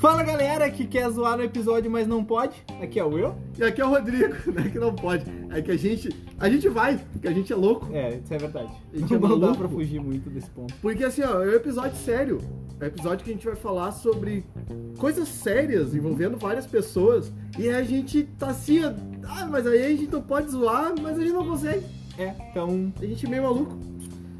pra galera que quer zoar no episódio, mas não pode. Aqui é o Will. E aqui é o Rodrigo, né? Que não pode. É que a gente. A gente vai, porque a gente é louco. É, isso é verdade. A gente é não dá maluco. pra fugir muito desse ponto. Porque assim, ó, é um episódio sério. É um episódio que a gente vai falar sobre coisas sérias envolvendo várias pessoas. E a gente tá assim, ó, ah, mas aí a gente não pode zoar, mas a gente não consegue. É, então. A gente é meio maluco.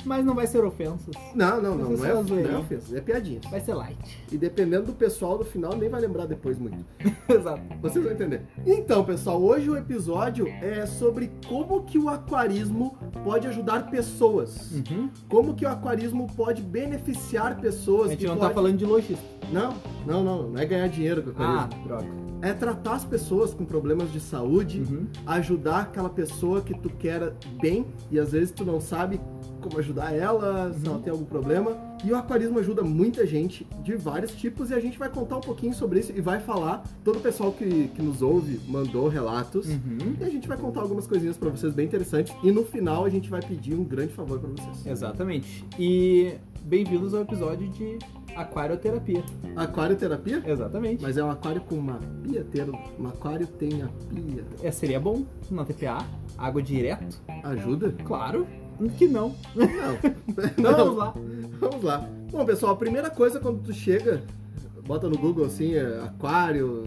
Mas não vai ser ofensas. Não, não, Mas não. Não isso é é, uma zoeira. não é ofensa, é piadinha. Vai ser light. E dependendo do pessoal do final, nem vai lembrar depois muito. Exato. Vocês vão entender. Então, pessoal, hoje o episódio é sobre como que o aquarismo pode ajudar pessoas. Uhum. Como que o aquarismo pode beneficiar pessoas. A gente que não tá pode- falando de lojista. Não, não, não. Não é ganhar dinheiro com o Ah, aquarismo. droga. É tratar as pessoas com problemas de saúde, Uhum. ajudar aquela pessoa que tu quer bem e às vezes tu não sabe como ajudar ela, se Uhum. ela tem algum problema. E o aquarismo ajuda muita gente de vários tipos e a gente vai contar um pouquinho sobre isso e vai falar. Todo o pessoal que, que nos ouve mandou relatos. Uhum. E a gente vai contar algumas coisinhas pra vocês bem interessantes. E no final a gente vai pedir um grande favor pra vocês. Exatamente. E bem-vindos ao episódio de Aquarioterapia. Aquarioterapia? Exatamente. Mas é um aquário com uma pia ter um aquário tem a pia. É, seria bom na TPA, água direto? Ajuda? Claro que não. Então Não. vamos lá. Vamos lá. Bom, pessoal, a primeira coisa quando tu chega, bota no Google assim, é, aquário,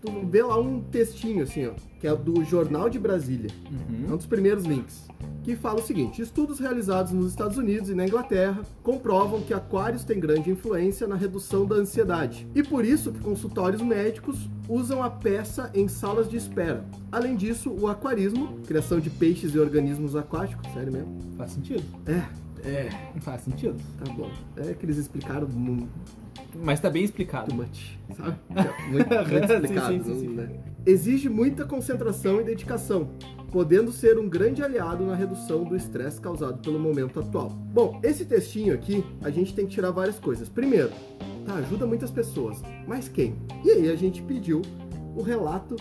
tu vê lá um textinho assim, ó, que é do Jornal de Brasília. É Uhum. um dos primeiros links. Que fala o seguinte: estudos realizados nos Estados Unidos e na Inglaterra comprovam que aquários têm grande influência na redução da ansiedade. E por isso que consultórios médicos usam a peça em salas de espera. Além disso, o aquarismo, criação de peixes e organismos aquáticos, sério mesmo? Faz sentido. É, é, Faz sentido. tá bom. É que eles explicaram mu- Mas tá bem too explicado. much, sabe? É. Muito, muito explicado, Sim, sim, sim, sim. né? Exige muita concentração e dedicação, podendo ser um grande aliado na redução do estresse causado pelo momento atual. Bom, esse textinho aqui, a gente tem que tirar várias coisas. Primeiro, tá, ajuda muitas pessoas, mas quem? E aí a gente pediu o relato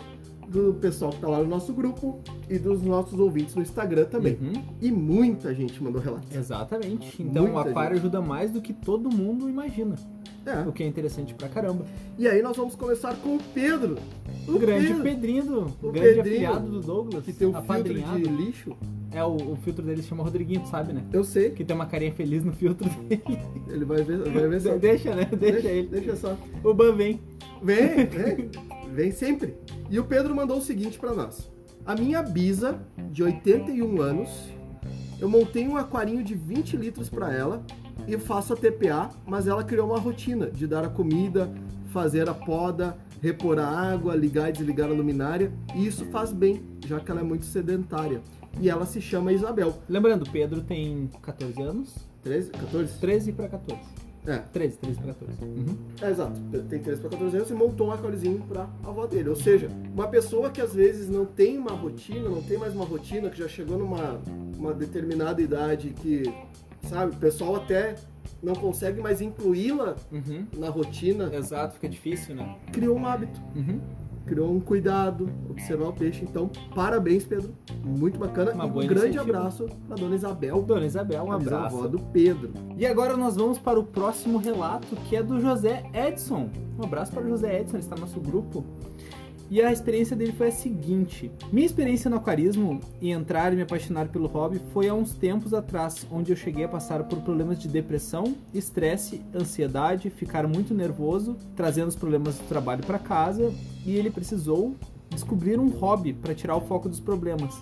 do pessoal que tá lá no nosso grupo e dos nossos ouvintes no Instagram também. Uhum, E muita gente mandou relato. Exatamente. Então o Muita aquário ajuda mais do que todo mundo imagina. É. O que é interessante pra caramba. E aí nós vamos começar com o Pedro. O grande Pedrinho, o O grande Pedrinho, afiliado do Douglas, que tem um filtro apadrinhado. de lixo. É, o, o filtro dele se chama Rodriguinho, tu sabe, né? Eu sei, Que tem uma carinha feliz no filtro dele. ele vai ver, vai ver só. De- deixa, né? Deixa, ele. Deixa só. O Ban vem. Vem, vem, vem sempre. E o Pedro mandou o seguinte pra nós. A minha bisa, de 81 anos, eu montei um aquarinho de 20 litros pra ela e faço a TPA, mas ela criou uma rotina de dar a comida, fazer a poda, repor a água, ligar e desligar a luminária, e isso faz bem, já que ela é muito sedentária. E ela se chama Isabel. Lembrando, Pedro tem 14 anos. 13, 14? 13 pra 14. É, 13, 13 pra 14. Uhum. É, exato, tem 13 para 14 anos e montou um aquáriozinho para a avó dele. Ou seja, uma pessoa que às vezes não tem uma rotina, não tem mais uma rotina, que já chegou numa uma determinada idade que, sabe, o pessoal até não consegue mais incluí-la Uhum. na rotina, Exato, fica difícil, né? criou um hábito, Uhum. criou um cuidado, observar o peixe. Então, parabéns, Pedro, muito bacana. Uma e boa um grande iniciativa. abraço para dona Isabel, Dona Isabel, um a bisavó abraço. do Pedro. E agora nós vamos para o próximo relato, que é do José Edson. Um abraço para o José Edson, ele está no nosso grupo. E a experiência dele foi a seguinte: Minha experiência no aquarismo e entrar e me apaixonar pelo hobby foi há uns tempos atrás, onde eu cheguei a passar por problemas de depressão, estresse, ansiedade, ficar muito nervoso, trazendo os problemas do trabalho para casa, e ele precisou descobrir um hobby para tirar o foco dos problemas,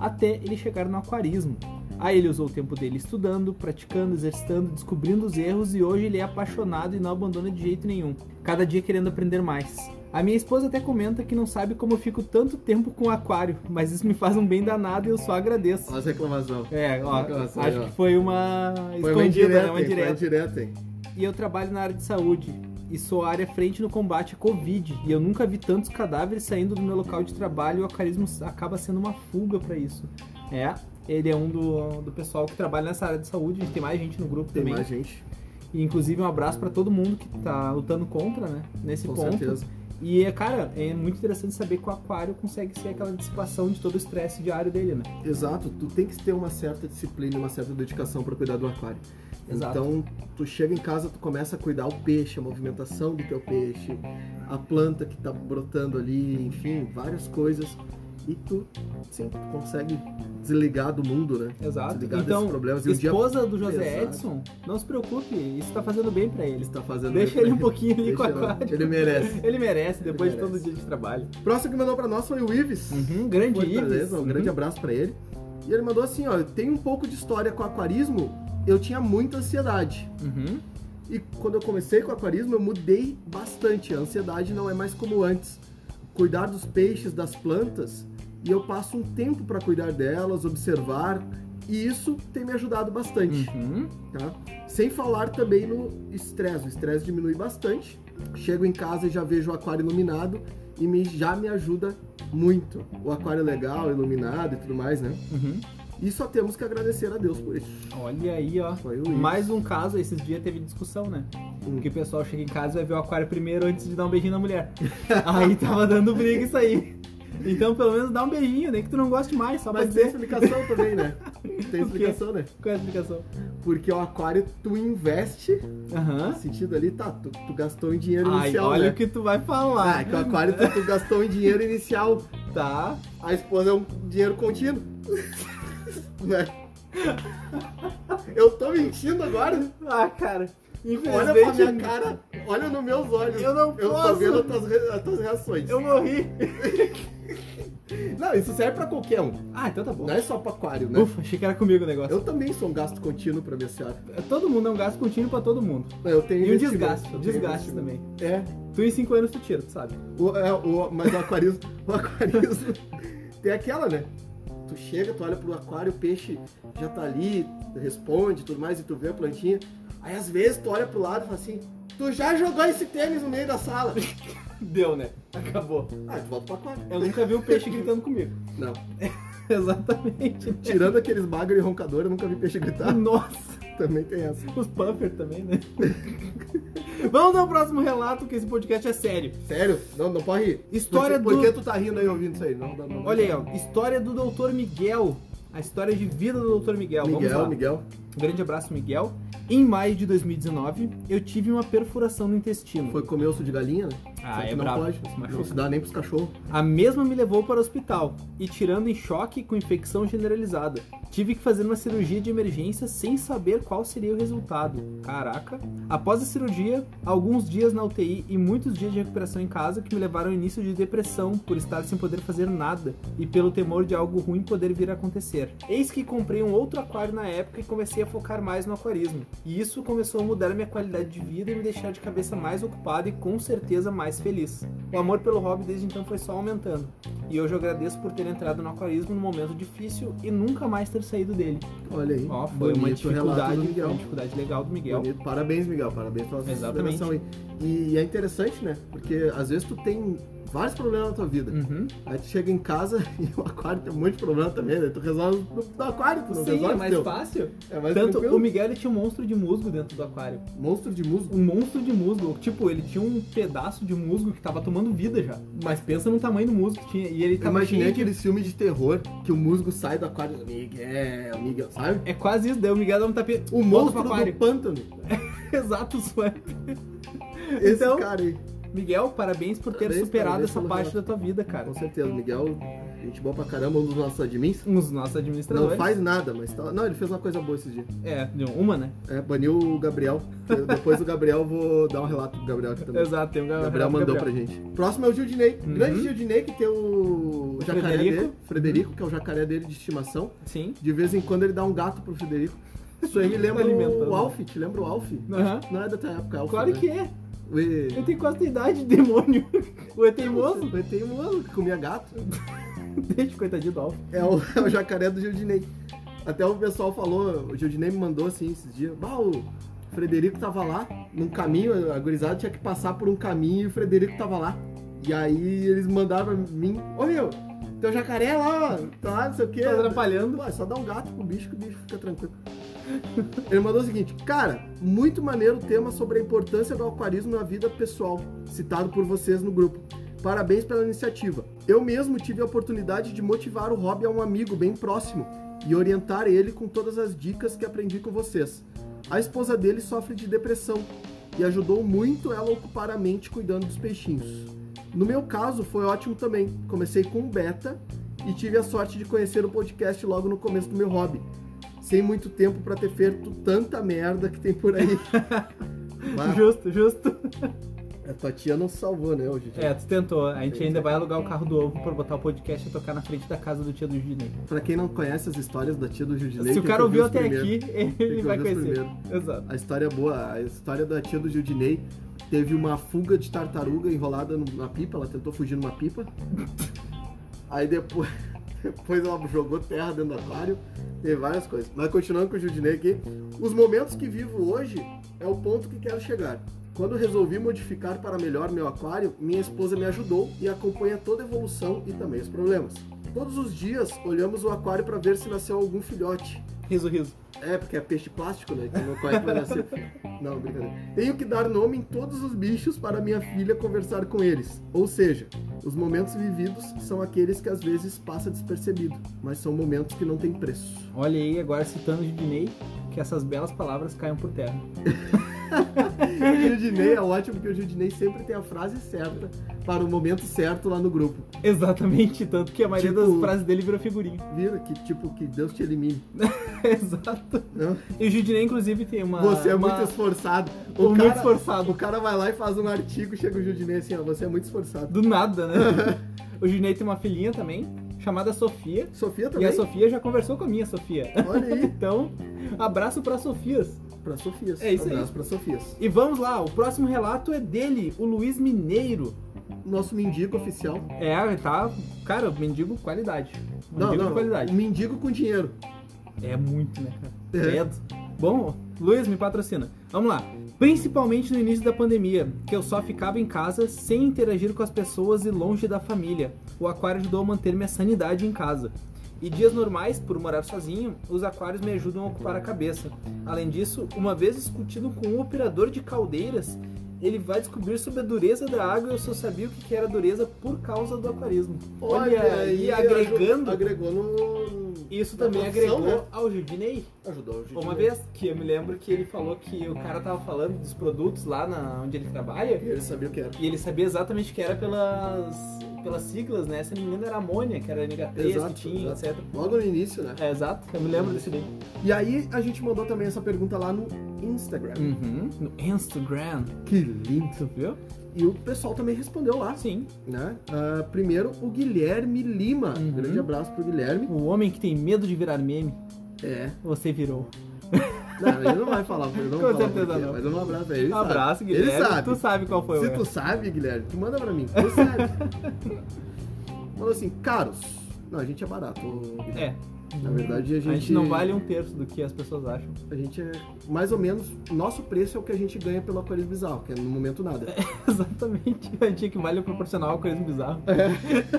até ele chegar no aquarismo. Aí ele usou o tempo dele estudando, praticando, exercitando, descobrindo os erros e hoje ele é apaixonado e não abandona de jeito nenhum, cada dia querendo aprender mais. A minha esposa até comenta que não sabe como eu fico tanto tempo com o aquário, mas isso me faz um bem danado e eu só agradeço. Olha essa reclamação. É, ó, Nossa, acho ó. que foi uma Foi uma escondida, né? indireta, Uma hein? Foi uma direta. indireta, hein? E eu trabalho na área de saúde e sou área frente no combate à Covid. E eu nunca vi tantos cadáveres saindo do meu local de trabalho e o aquarismo acaba sendo uma fuga pra isso. É, ele é um do, do pessoal que trabalha nessa área de saúde. A gente tem mais gente no grupo Tem também. mais gente, E, inclusive, um abraço pra todo mundo que tá lutando contra, né? Nesse com ponto. certeza. E, é, cara, é muito interessante saber que o aquário consegue ser aquela dissipação de todo o estresse diário dele, né? Exato, tu tem que ter uma certa disciplina, uma certa dedicação para cuidar do aquário. Exato. Então, tu chega em casa, tu começa a cuidar o peixe, a movimentação do teu peixe, a planta que tá brotando ali, enfim, várias coisas. E tu, sim, tu consegue desligar do mundo, né? Exato. Desligar desses Então, problemas. E o um dia esposa do José pesado. Edson, não se preocupe, isso tá fazendo bem pra ele. ele está fazendo. Deixa isso, ele um né? pouquinho ali com o Deixa ele- aquário. Ele merece. Ele merece, depois Ele de todo merece. dia de trabalho. Próximo que mandou para nós foi o Ives. Uhum, grande Ives. Fortaleza, um grande Uhum. abraço pra ele. E ele mandou assim, ó, eu tenho um pouco de história com aquarismo, eu tinha muita ansiedade. Uhum. E quando eu comecei com aquarismo, eu mudei bastante. A ansiedade não é mais como antes. Cuidar dos peixes, das plantas, e eu passo um tempo pra cuidar delas, observar, e isso tem me ajudado bastante, Uhum. tá? Sem falar também no estresse, o estresse diminui bastante. Chego em casa e já vejo o aquário iluminado e me, já me ajuda muito. O aquário é legal, iluminado e tudo mais, né? Uhum. E só temos que agradecer a Deus por isso. Olha aí, ó. Foi o Ives. Mais um caso, esses dias teve discussão, né? Hum. Porque o pessoal chega em casa e vai ver o aquário primeiro antes de dar um beijinho na mulher. aí tava dando briga isso aí. Então, pelo menos dá um beijinho, nem que tu não goste mais, só pra Mas tem dizer explicação também, né? Tem O quê? explicação, né? qual é a explicação. Porque o aquário tu investe, no Aham. sentido ali, tá, tu, tu gastou em dinheiro Ai, inicial, olha né? o que tu vai falar. Ah, que o aquário tu, tu gastou em dinheiro inicial, Tá. a esposa é um dinheiro contínuo. né? Eu tô mentindo agora? Ah, cara. Olha pra Infelizmente. minha cara, olha nos meus olhos. Eu não Eu tô posso. vendo as tuas, re- as tuas reações. Eu morri. Não, isso serve pra qualquer um. Ah, então tá bom. Não é só pra aquário, né? Ufa, achei que era comigo o negócio. Eu também sou um gasto contínuo pra minha senhora. Todo mundo é um gasto contínuo pra todo mundo. Eu tenho E um investimento, desgaste, eu tenho desgaste investimento. também. É, Tu em 5 anos tu tira, tu sabe. O- é, o- mas o aquarismo, o aquarismo tem aquela, né? Tu chega, tu olha pro aquário, o peixe já tá ali, responde e tudo mais, e tu vê a plantinha. Aí às vezes tu olha pro lado e fala assim, tu já jogou esse tênis no meio da sala. Deu, né? Acabou. Aí tu volta pro aquário. Eu nunca vi o peixe gritando comigo. Não. Exatamente. Tirando aqueles magros e roncadores, eu nunca vi peixe gritar. Uhum. Nossa, Também tem essa. os pumper também, né? Vamos ao próximo relato, que esse podcast é sério. Sério? Não, não pode rir. História por, que- do- Por que tu tá rindo aí ouvindo isso aí? Não, não, não. Olha aí, ó. História do Dr. Miguel. A história de vida do Dr. Miguel. Vamos Miguel, lá. Miguel. Um grande abraço, Miguel. Em maio de 2019, eu tive uma perfuração no intestino. Foi comer osso de galinha, né? Só Ah, que é não brabo. pode. se Não machuca. se dá nem pros cachorros. A mesma me levou para o hospital e, tirando em choque com infecção generalizada, tive que fazer uma cirurgia de emergência sem saber qual seria o resultado. Caraca! Após a cirurgia, alguns dias na UTI e muitos dias de recuperação em casa que me levaram ao início de depressão por estar sem poder fazer nada e pelo temor de algo ruim poder vir a acontecer. Eis que comprei um outro aquário na época e comecei a focar mais no aquarismo. E isso começou a mudar minha qualidade de vida e me deixar de cabeça mais ocupada e com certeza mais feliz. O amor pelo hobby desde então foi só aumentando. E hoje eu agradeço por ter entrado no aquarismo num momento difícil e nunca mais ter saído dele. Olha aí. Ó, foi Bonito uma relato dificuldade, do Miguel. uma dificuldade legal do Miguel. Bonito. Parabéns, Miguel. Parabéns pela sua Exatamente. superação aí. E é interessante, né? Porque às vezes tu tem vários problemas na tua vida. Uhum. Aí tu chega em casa e o aquário tem um monte de problema também, né? Tu resolve no aquário, tu não Sim, resolve é o mais teu. fácil. É mais Tanto tranquilo. o Miguel ele tinha um monstro de musgo dentro do aquário. Monstro de musgo. Um monstro de musgo. Tipo, ele tinha um pedaço de musgo que tava tomando vida já. Mas pensa no tamanho do musgo que tinha. E ele Eu tava imaginei cheio de- aquele filme de terror que o musgo sai do aquário. Miguel, Miguel, sabe? É quase isso, daí o Miguel dá um tapete. O Volta monstro pro do aquário. pântano. Exato, Swamp. Esse Então, cara aí. Miguel, parabéns por ter Parabéns, superado parabéns essa pelo parte da relato. tua vida, cara. Com certeza, o Miguel, gente boa pra caramba, um dos nossos admins. Um dos nossos Não administradores. faz nada, mas tá. Não, ele fez uma coisa boa esse dia. É, deu uma, né? É, baniu o Gabriel. Depois o Gabriel, vou dar um relato pro Gabriel aqui também. Exato, tem um O Gabriel. Gabriel mandou pra gente. Próximo é o Gildinei. Uhum. Grande Gildinei, que tem o jacaré Frederico. dele. Frederico, que é o jacaré dele de estimação. pra Sim. De vez em quando ele dá um gato pro Frederico. Isso aí me lembra Alimentando. o Alf. Te lembra o Alf? Aham. Não é da tua época, Alf. Claro né? que é. Ué. Eu tenho quase a tua idade, demônio. Ou é teimoso? Foi teimoso que comia gato. Deixa, coitadinho do Alf. É o, é o jacaré do Gildinei. Até o pessoal falou, o Gildinei me mandou assim esses dias. Bah, o Frederico tava lá, num caminho, a gurizada tinha que passar por um caminho e o Frederico tava lá. E aí eles mandaram pra mim, ô meu, teu jacaré lá, ó, tá, lá, não sei o quê. Tá atrapalhando. é Ué, só dá um gato pro bicho que o bicho fica tranquilo. Ele mandou o seguinte: Cara, muito maneiro o tema sobre a importância do aquarismo na vida pessoal, citado por vocês no grupo. Parabéns pela iniciativa. Eu mesmo tive a oportunidade de motivar o hobby a um amigo bem próximo e orientar ele com todas as dicas que aprendi com vocês. A esposa dele sofre de depressão e ajudou muito ela a ocupar a mente cuidando dos peixinhos. No meu caso, foi ótimo também. Comecei com um beta e tive a sorte de conhecer o podcast logo no começo do meu hobby. Sem muito tempo para ter feito tanta merda que tem por aí. Bah, Justo, justo. a tua tia não salvou, né, hoje? em dia. É, tu tentou. A gente ainda vai alugar o carro do ovo pra botar o podcast e tocar na frente da casa do tia do Judinei. Pra quem não conhece as histórias da tia do Judinei... Se o tem cara que ouvir ouviu os até primeiros. aqui, ele que vai ouvir os conhecer. Exato. A história é boa, a história da tia do Gildinei teve uma fuga de tartaruga enrolada numa pipa, ela tentou fugir numa pipa. Aí depois, depois ela jogou terra dentro do aquário, teve várias coisas. Mas continuando com o Gildinei aqui, os momentos que vivo hoje é o ponto que quero chegar. Quando resolvi modificar para melhor meu aquário, minha esposa me ajudou e acompanha toda a evolução e também os problemas. Todos os dias olhamos o aquário para ver se nasceu algum filhote. Riso, riso. É, porque é peixe plástico, né? Então qual é que vai nascer? Não, brincadeira. Tenho que dar nome em todos os bichos para minha filha conversar com eles. Ou seja, os momentos vividos são aqueles que às vezes passa despercebido, mas são momentos que não tem preço. Olha aí, agora citando o Judinei, que essas belas palavras caiam por terra. O Gildinei é ótimo porque o Gildinei sempre tem a frase certa para o momento certo lá no grupo. Exatamente, tanto que a maioria Tipo- das frases dele virou figurinha. Vira que tipo que Deus te elimine. Exato. Não? E o Judinei, inclusive, tem uma. Você é uma- um muito esforçado. Ou O muito cara, esforçado. o cara vai lá e faz um artigo, chega o Gildinei assim, ó, você é muito esforçado. Do nada, né? o Judinei tem uma filhinha também, chamada Sofia. Sofia E também? a Sofia já conversou com a minha Sofia. Olha aí. Então, abraço pra Sofias. Pra Sofias. É isso aí. Abraço pra Sofias. E vamos lá, o próximo relato é dele, o Luiz Mineiro. Nosso mendigo oficial. É, tá. Cara, mendigo qualidade. Mendigo Não, não, de não. qualidade. Mendigo com dinheiro. É muito, né, cara? É. Credo. Bom, Luiz, me patrocina. Vamos lá. Principalmente no início da pandemia, que eu só ficava em casa sem interagir com as pessoas e longe da família. O aquário ajudou a manter minha sanidade em casa. E dias normais, por morar sozinho, os aquários me ajudam a ocupar a cabeça. Além disso, uma vez discutindo com um operador de caldeiras, ele vai descobrir sobre a dureza da água e eu só sabia o que que era dureza por causa do aquarismo. Olha, e agregando, Agregou no. isso na também profissão, agregou né? ao Judinei. Ajudou o Gildinei. Uma vez que eu me lembro que ele falou que o cara tava falando dos produtos lá na, onde ele trabalha Ele sabia o que era. e ele sabia exatamente o que era pelas, pelas siglas, né? Se não me engano era amônia, que era NH3 Exato, que tinha, exato. etc. Logo no início, né? É, exato, eu me lembro desse daí. E aí a gente mandou também essa pergunta lá no Instagram. Uhum, no Instagram, Que lindo. tu viu? E o pessoal também respondeu lá, Sim, né? Ah, primeiro, o Guilherme Lima. Uhum. Grande abraço pro Guilherme. o homem que tem medo de virar meme, É. você virou. Não, ele não vai falar, ele não Com vai falar certeza por quê, não. Mas um abraço aí. Ele Um abraço, sabe. Guilherme. Ele sabe. Tu sabe qual foi o Se erro. tu sabe, Guilherme, tu manda pra mim. Tu sabe. Falou assim, caros. Não, a gente é barato. ô, Guilherme. É, Na verdade, a gente. a gente não vale um terço do que as pessoas acham. A gente é. Mais ou menos, nosso preço é o que a gente ganha pelo aquarismo bizarro, que é no momento nada. Exatamente, a gente que vale é proporcional ao coisa bizarro.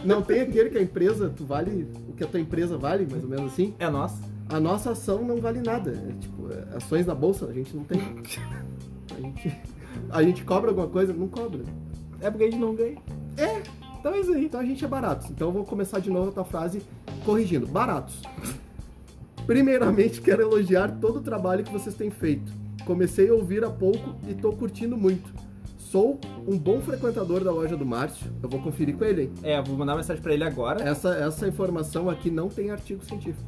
Não tem aquele que a empresa, tu vale o que a tua empresa vale, mais ou menos assim. É nós. A nossa ação não vale nada. É, tipo, é, ações na bolsa, a gente não tem. A gente. A gente cobra alguma coisa? Não cobra. É porque a gente não ganha. É. Então é isso aí. Então a gente é baratos. Então eu vou começar de novo a tua frase corrigindo. Baratos. Primeiramente, quero elogiar todo o trabalho que vocês têm feito. Comecei a ouvir há pouco e tô curtindo muito. Sou um bom frequentador da loja do Márcio. Eu vou conferir com ele, hein? É, vou mandar mensagem pra ele agora. Essa, essa informação aqui não tem artigo científico.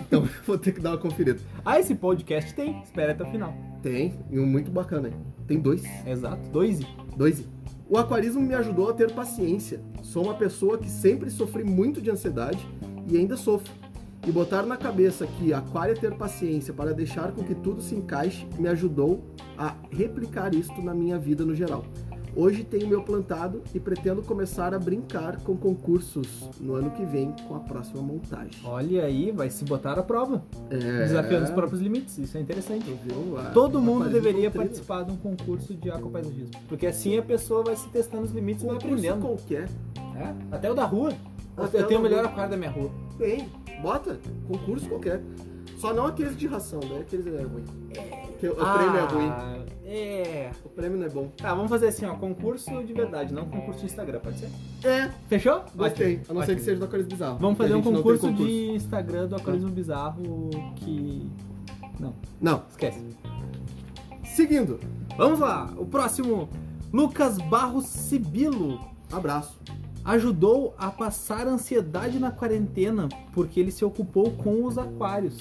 Então eu vou ter que dar uma conferida. Ah, esse podcast tem. Espera até o final. Tem, e um muito bacana, hein? Tem dois. Exato. Dois. e- Dois. O aquarismo me ajudou a ter paciência. Sou uma pessoa que sempre sofri muito de ansiedade e ainda sofro. E botar na cabeça que aquário é ter paciência para deixar com que tudo se encaixe me ajudou a replicar isto na minha vida no geral. Hoje tenho meu plantado e pretendo começar a brincar com concursos no ano que vem com a próxima montagem. Olha aí, vai se botar à prova. É... Desafiando os próprios limites. Isso é interessante. Viu? A- Todo mundo aquarismo deveria com trilha. participar de um concurso de aquapaisagismo. Porque assim a pessoa vai se testando os limites e vai Concurso aprendendo. qualquer. É, Até o da rua. Até eu tenho o o da melhor rua. aquário da minha rua. Tem, bota, concurso qualquer. Só não aqueles de ração, né? Aqueles é ruim. Que o Ah, prêmio é ruim. É. O prêmio não é bom. Tá, vamos fazer assim, ó. Concurso de verdade, não concurso de Instagram, pode ser? É, Fechou? gostei. Ótimo, A não ser ótimo. que seja da Cores Bizarro. Vamos porque fazer a um gente não tem Tá. concurso, de Instagram do Aquarismo Bizarro que. Não, Não. esquece. Seguindo. Vamos lá, o próximo. Lucas Barros Sibilo Abraço. ajudou a passar ansiedade na quarentena porque ele se ocupou com os aquários.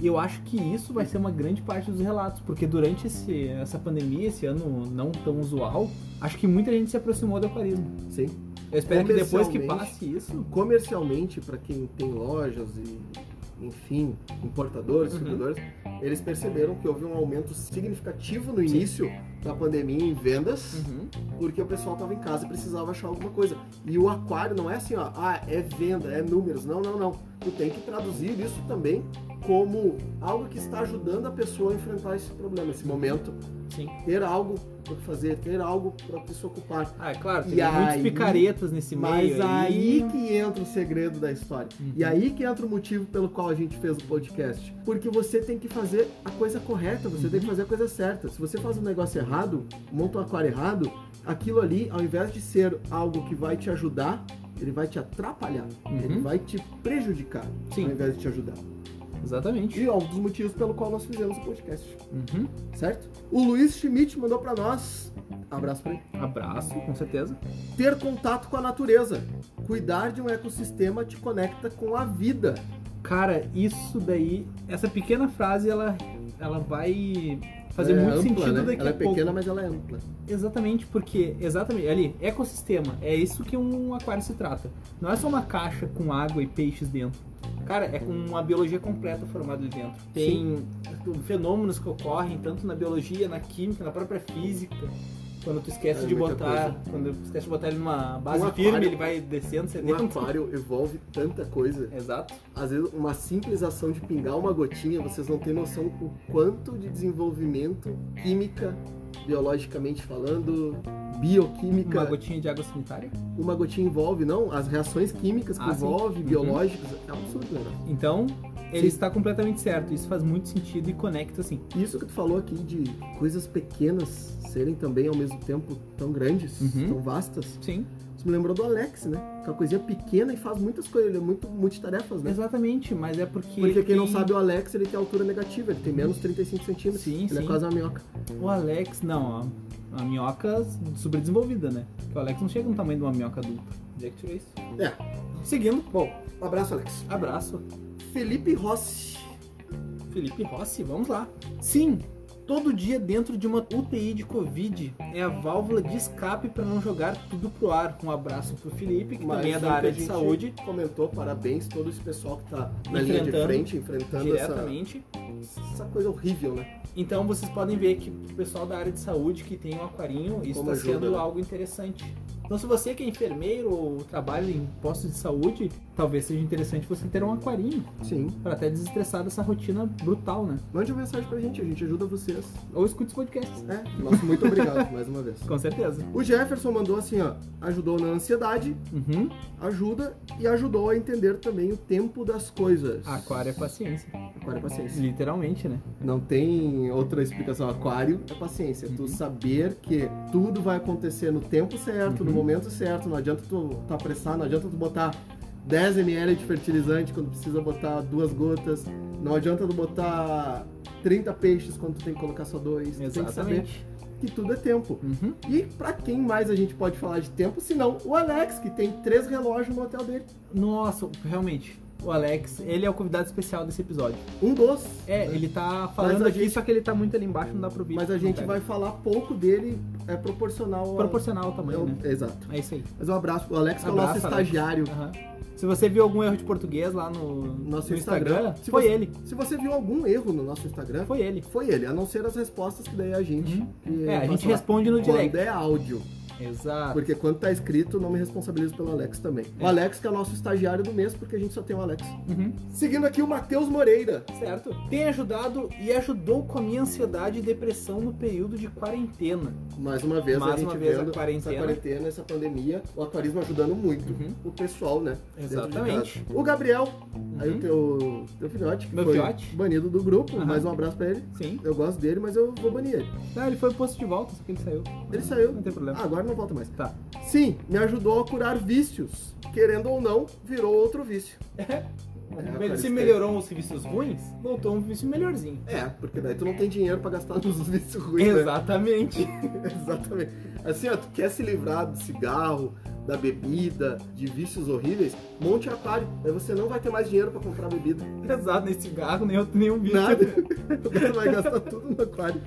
E eu acho que isso vai ser uma grande parte dos relatos, porque durante esse- essa pandemia, esse ano não tão usual, acho que muita gente se aproximou do aquarismo. Sim. Eu espero que depois que Comercialmente. passe isso. Comercialmente, pra quem tem lojas e, enfim, importadores, Uhum. distribuidores, eles perceberam que houve um aumento significativo no início da pandemia em vendas. porque o pessoal tava em casa e precisava achar alguma coisa. E o aquário não é assim, ó, ah, é venda, é números. Não, não, não. Tu tem que traduzir isso também como algo que está ajudando a pessoa a enfrentar esse problema, esse momento. Sim. Ter algo para fazer, ter algo para se ocupar. Ah, é claro, E tem muitos aí- picaretas nesse Mas meio. aí que entra o segredo da história. Uhum. E aí que entra o motivo pelo qual a gente fez o podcast. Porque você tem que fazer a coisa correta, você Uhum. tem que fazer a coisa certa. Se você faz um negócio errado, monta um aquário errado, aquilo ali, ao invés de ser algo que vai te ajudar, ele vai te atrapalhar. Uhum. Ele vai te prejudicar, ao Sim, invés de te ajudar. exatamente. E ó, um dos motivos pelo qual nós fizemos o podcast, Uhum. certo? O Luiz Schmidt mandou pra nós. Abraço pra ele. Abraço, com certeza. Ter contato com a natureza. Cuidar de um ecossistema te conecta com a vida. Cara, isso daí, essa pequena frase, ela, ela vai fazer Ela é muito ampla, sentido né? daqui Ela a é pouco. pequena, mas ela é ampla. Exatamente, porque, exatamente, ali, ecossistema, é isso que um aquário se trata. Não é só uma caixa com água e peixes dentro. Cara, é com uma biologia completa formada ali dentro. Tem fenômenos que ocorrem tanto na biologia, na química, na própria física. Quando tu esquece É de muita botar, coisa. quando tu esquece de botar ele numa base Um firme, aquário- ele vai descendo, você um Um aquário evolve tanta coisa. Exato. Às vezes, uma simples ação de pingar uma gotinha, vocês não têm noção o quanto de desenvolvimento química, biologicamente falando, bioquímica, Uma uma, gotinha de água sanitária. gotinha envolve, não? As reações químicas que Ah, sim. envolve, Uhum. biológicas, é um absurdo, né? Então, ele Sim. está completamente certo. Isso faz muito sentido e conecta, assim. Isso que tu falou aqui de coisas pequenas serem também ao mesmo tempo tão grandes, Uhum. tão vastas, Sim. isso me lembrou do Alex, né? Que é uma coisinha pequena e faz muitas coisas, ele é muito multitarefas, né? Exatamente, mas é porque. Porque quem não tem- sabe, o Alex ele tem altura negativa, ele tem menos 35 centímetros. Sim, ele sim. é quase uma minhoca. O Alex, não, a, a minhoca superdesenvolvida, né? Porque o Alex não chega no tamanho de uma minhoca adulta. Onde é que tirou isso? É. Seguindo, Bom, abraço, Alex. abraço. Felipe Rossi. Felipe Rossi, vamos lá. Sim, todo dia dentro de uma UTI de Covid é a válvula de escape para não jogar tudo pro ar. Um abraço pro Felipe, que Mas também é o da que área a de gente saúde, Comentou, parabéns todo esse pessoal que tá na linha de Enfrentando frente, enfrentando essa, diretamente. essa coisa horrível, né? Então vocês podem ver que o pessoal da área de saúde que tem um aquarinho, isso está Como ajuda, sendo né? algo interessante. Então se você que é enfermeiro ou trabalha em postos de saúde, talvez seja interessante você ter um aquarinho Sim. para até desestressar dessa rotina brutal, né? Mande uma mensagem pra gente, a gente ajuda vocês. Ou escute os podcasts. É, nosso muito obrigado mais uma vez. Com certeza. O Jefferson mandou assim, ó, ajudou na ansiedade, Uhum. ajuda e ajudou a entender também o tempo das coisas. Aquário é paciência. Aquário, é paciência. Literalmente, né? Não tem outra explicação. Aquário é paciência. Tu Uhum. saber que tudo vai acontecer no tempo certo, no Uhum. momento certo. Não adianta tu tá apressado, não adianta tu botar 10 ml de fertilizante quando precisa botar duas gotas. Não adianta tu botar 30 peixes quando tu tem que colocar só dois. Tu tem que saber Exatamente. que tudo é tempo. Uhum. E pra quem mais a gente pode falar de tempo, senão o Alex, que tem três relógios no hotel dele. Nossa, realmente. O Alex, ele é o convidado especial desse episódio. Um dos. É, né? ele tá falando a aqui, gente- só que ele tá muito ali embaixo, não dá pro vídeo. Mas a não gente pega. vai falar pouco dele, é proporcional ao- Proporcional ao tamanho, ao- né? Exato. É isso aí. Mas um abraço pro Alex, que é o Abraço, nosso Alex. estagiário. Aham. Se você viu algum erro de português lá no Nosso no Instagram, se foi você- ele. Se você viu algum erro no nosso Instagram, Foi ele. foi ele, a não ser as respostas que daí a gente. Uhum. que É, a passa gente lá. responde no Quando direct. é áudio. Exato. Porque quando tá escrito, não me responsabilizo pelo Alex também. O Alex que é o nosso estagiário do mês, porque a gente só tem o Alex. Uhum. Seguindo aqui o Matheus Moreira. Certo. Tem ajudado e ajudou com a minha ansiedade e depressão no período de quarentena. Mais uma vez Mais a gente uma vez a vendo quarentena. essa quarentena, essa pandemia, o aquarismo ajudando muito Uhum. o pessoal, né? dentro de Exatamente. casa. O Gabriel, aí Uhum. o teu, teu filhote, que Meu foi filhote. banido do grupo, Aham. mais um abraço pra ele. Sim. Eu gosto dele, mas eu vou banir ele. Ah, ele foi posto de volta, só que ele saiu. Ele saiu. Não tem problema. Ah, agora não volta mais. Tá. Sim, me ajudou a curar vícios. Querendo ou não, virou outro vício. Uhum. Ele se É, apareceu. melhorou os vícios ruins, voltou um vício melhorzinho. É, porque daí tu não tem dinheiro pra gastar nos vícios ruins, né? Exatamente. Exatamente. Assim, ó, tu quer se livrar do cigarro, da bebida, de vícios horríveis, monte aquário. Aí você não vai ter mais dinheiro pra comprar bebida. Exato, nem cigarro, nem outro, nenhum vício. Nada. O cara vai gastar tudo no aquário.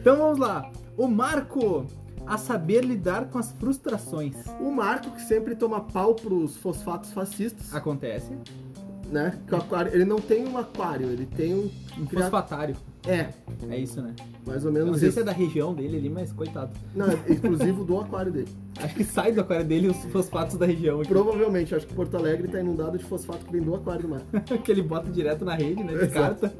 Então vamos lá. O Marco, a saber lidar com as frustrações. O Marco, que sempre toma pau pros fosfatos fascistas, Acontece. né? Que o aquário, ele não tem um aquário, ele tem um. Um Criar- fosfatário. É, É isso, né? mais ou Eu não menos sei isso. se é da região dele ali, mas coitado. Não, é inclusive do aquário dele. Acho que sai do aquário dele os fosfatos da região. aqui. Provavelmente, acho que Porto Alegre tá inundado de fosfato que vem do aquário do Marco. que ele bota direto na rede, né? Descarta.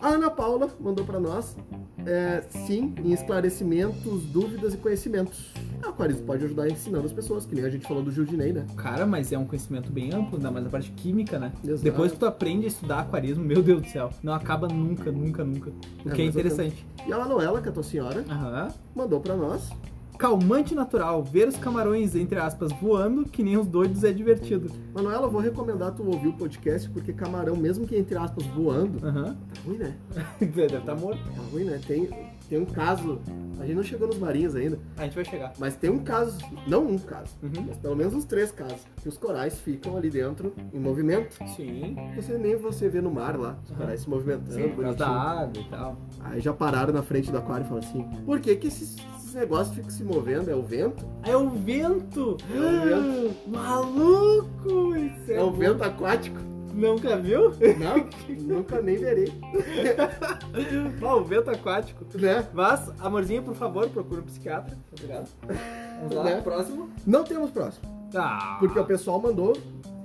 A Ana Paula mandou pra nós. é, sim, em esclarecimentos, dúvidas e conhecimentos. A Aquarismo pode ajudar ensinando as pessoas, que nem a gente falou do Judinei, né? Cara, mas é um conhecimento bem amplo, ainda mais a parte química, né? Exato. Depois que tu aprende a estudar aquarismo, meu Deus do céu, não acaba nunca, nunca, nunca. O É, que é mas eu interessante. E a Manuela, que é a tua senhora, Aham. mandou pra nós. Calmante natural, ver os camarões, entre aspas, voando, que nem os doidos é divertido. Manuela, eu vou recomendar tu ouvir o podcast, porque camarão, mesmo que entre aspas voando, Aham. tá ruim, né? Deve estar morto. Tá ruim, né? Tem, tem um caso. A gente não chegou nos marinhos ainda, A gente vai chegar. mas tem um caso, não um caso, Uhum. mas pelo menos uns três casos, que os corais ficam ali dentro em movimento. Sim. Você nem você vê no mar lá, os corais se movimentando, Sim, por causa da bonitinho. água e tal. Aí já pararam na frente do aquário e falaram assim: por que, que esses, esses negócios ficam se movendo? É o vento? É o vento! Ah, É o Maluco! Isso É, é o bom. vento aquático? Nunca viu? Não, nunca nem verei. Ah, o vento aquático. Né? Mas, amorzinho, por favor, procura um psiquiatra. Obrigado. Vamos lá, Né? próximo. Não temos próximo, Tá. porque o pessoal mandou.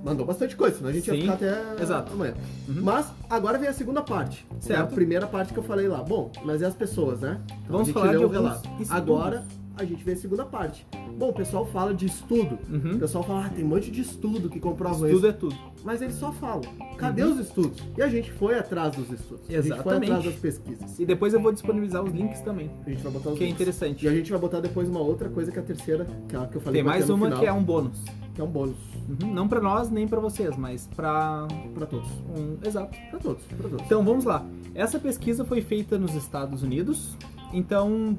Mandou bastante coisa, senão a gente Sim. ia ficar até Exato. amanhã. Uhum. Mas agora vem a segunda parte. que é Certo. a primeira parte que eu falei lá. Bom, mas é as pessoas, né? Então Vamos a gente falar lê de o alguns relato. estudos. Agora a gente vê a segunda parte. Bom, o pessoal fala de estudo. O Uhum. pessoal fala, ah, tem um monte de estudo que comprova isso. Tudo é tudo. Mas eles só falam. Cadê os estudos? E a gente foi atrás dos estudos. A gente foi Uhum. Exatamente. atrás das pesquisas. E depois eu vou disponibilizar os links também, A gente vai botar os que é links. interessante. E a gente vai botar depois uma outra coisa que é a terceira, que é a que eu falei Tem mais uma que é um bônus. um... que é um bônus. Uhum. Não pra nós, nem pra vocês, mas pra Pra todos. um... Exato. Pra todos, pra todos. Então, vamos lá. Essa pesquisa foi feita nos Estados Unidos, então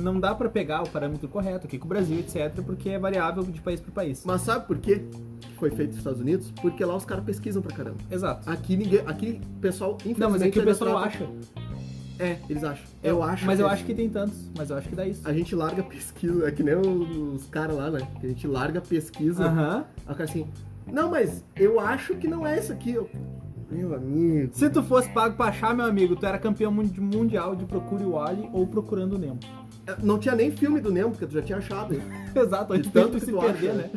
não dá pra pegar o parâmetro correto aqui com o Brasil, etc, porque é variável de país pra país. Mas sabe por quê que foi feito nos Estados Unidos? Porque lá os caras pesquisam pra caramba. Exato. Aqui ninguém. Aqui, pessoal, infelizmente. Não, mas é que o ainda pessoal trata- acha. É, eles acham. Eu acho. é. Mas eu acho que tem tantos, mas eu acho que dá isso. A gente larga a pesquisa, é que nem os, os caras lá, né? Que a gente larga a pesquisa Aham. Aí o cara assim, não, mas eu acho que não é isso aqui. Eu, meu amigo. Se tu fosse pago pra achar, meu amigo, tu era campeão mun- mundial de Procure o Ali ou Procurando o Nemo. Não tinha nem filme do Nemo, porque tu já tinha achado. Exato, antes De tanto de que se tu perder, acha, né?